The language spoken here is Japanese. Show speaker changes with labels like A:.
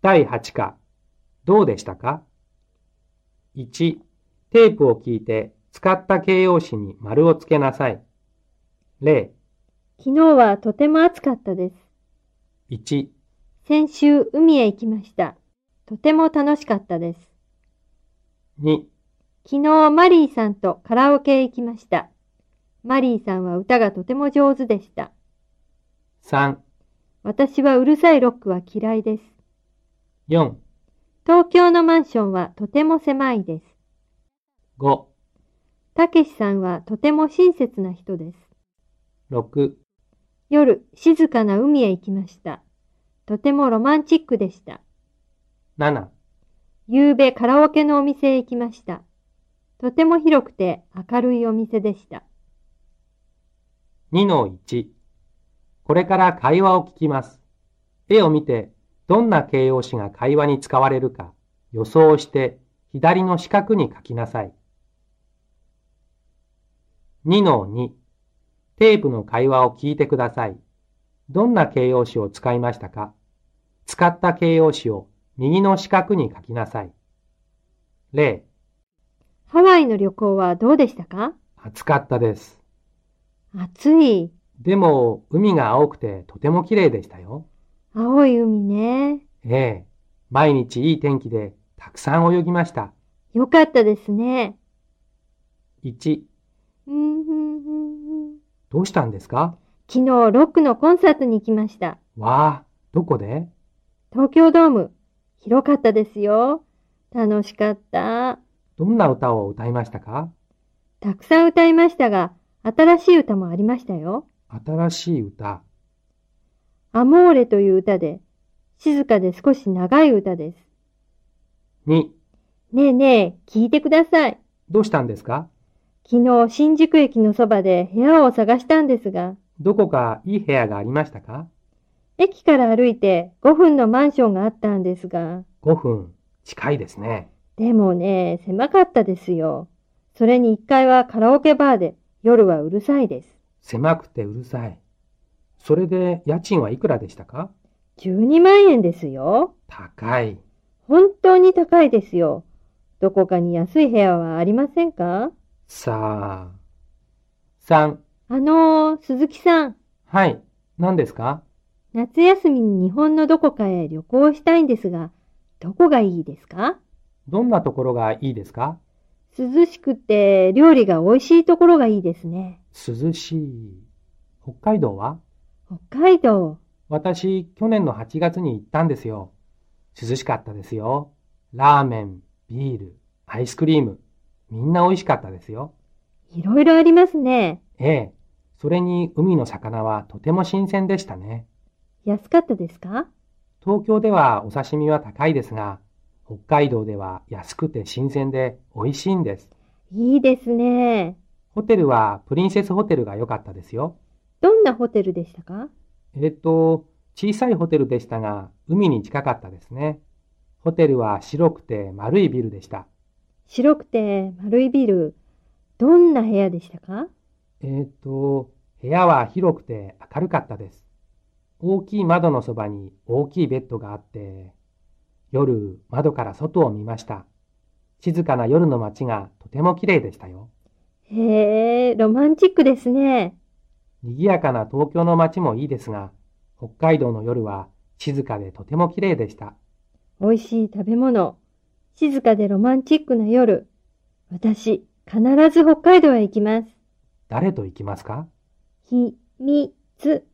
A: 第8課、どうでしたか ?1、テープを聞いて使った形容詞に丸をつけなさい。例、
B: 昨日はとても暑かったです。
A: 1、
B: 先週海へ行きました。とても楽しかったです。
A: 2、
B: 昨日マリーさんとカラオケへ行きました。マリーさんは歌がとても上手でした。
A: 3、
B: 私はうるさいロックは嫌いです。
A: 4、
B: 東京のマンションはとても狭いです。
A: 5、
B: たけしさんはとても親切な人です。
A: 6、
B: 夜、静かな海へ行きました。とてもロマンチックでした。
A: 7、
B: 夕べカラオケのお店へ行きました。とても広くて明るいお店でした。
A: 2の1。これから会話を聞きます。絵を見て、どんな形容詞が会話に使われるか予想して、左の四角に書きなさい。2の2。テープの会話を聞いてください。どんな形容詞を使いましたか使った形容詞を右の四角に書きなさい。例、
B: ハワイの旅行はどうでしたか
A: 暑かったです。
B: 暑い。
A: でも、海が青くてとても綺麗でしたよ。
B: 青い海ね。
A: ええ、毎日いい天気でたくさん泳ぎました。
B: よかったですね。
A: 1、
B: うんうんうんうん
A: どうしたんですか
B: 昨日ロックのコンサートに行きました。
A: わあ、どこで
B: 東京ドーム。広かったですよ。楽しかった。
A: どんな歌を歌いましたか
B: たくさん歌いましたが、新しい歌もありましたよ。
A: 新しい歌。
B: アモーレという歌で、静かで少し長い歌です。
A: 2、
B: ねえねえ、聞いてください。
A: どうしたんですか
B: 昨日、新宿駅のそばで部屋を探したんですが、
A: どこかいい部屋がありましたか
B: 駅から歩いて5分のマンションがあったんですが、
A: ?5 分、近いですね。
B: でもね、狭かったですよ。それに1階はカラオケバーで、夜はうるさいです。
A: 狭くてうるさい。それで家賃はいくらでしたか
B: 12万円ですよ。
A: 高い。
B: 本当に高いですよ。どこかに安い部屋はありませんか
A: さあ。3、
B: あのー、鈴木さん、
A: はい、何ですか
B: 夏休みに日本のどこかへ旅行したいんですが、どこがいいですか
A: どんなところがいいですか
B: 涼しくて料理が美味しいところがいいですね。
A: 涼しい。北海道は
B: 北海道、
A: 私、去年の8月に行ったんですよ。涼しかったですよ。ラーメン、ビール、アイスクリーム、みんな美味しかったですよ。
B: いろいろありますね。
A: ええ、それに海の魚はとても新鮮でしたね。
B: 安かったですか
A: 東京ではお刺身は高いですが、北海道では安くて新鮮で美味しいんです。
B: いいですね。
A: ホテルはプリンセスホテルが良かったですよ。
B: どんなホテルでしたか
A: えっと、小さいホテルでしたが、海に近かったですね。ホテルは白くて丸いビルでした。
B: 白くて丸いビル、どんな部屋でしたか
A: えっと、部屋は広くて明るかったです。大きい窓のそばに大きいベッドがあって、夜、窓から外を見ました。静かな夜の街がとても綺麗でしたよ。
B: へえ、ロマンチックですね。
A: 賑やかな東京の街もいいですが、北海道の夜は静かでとても綺麗でした。
B: 美味しい食べ物。静かでロマンチックな夜。私、必ず北海道へ行きます。
A: 誰と行きますか
B: 秘密。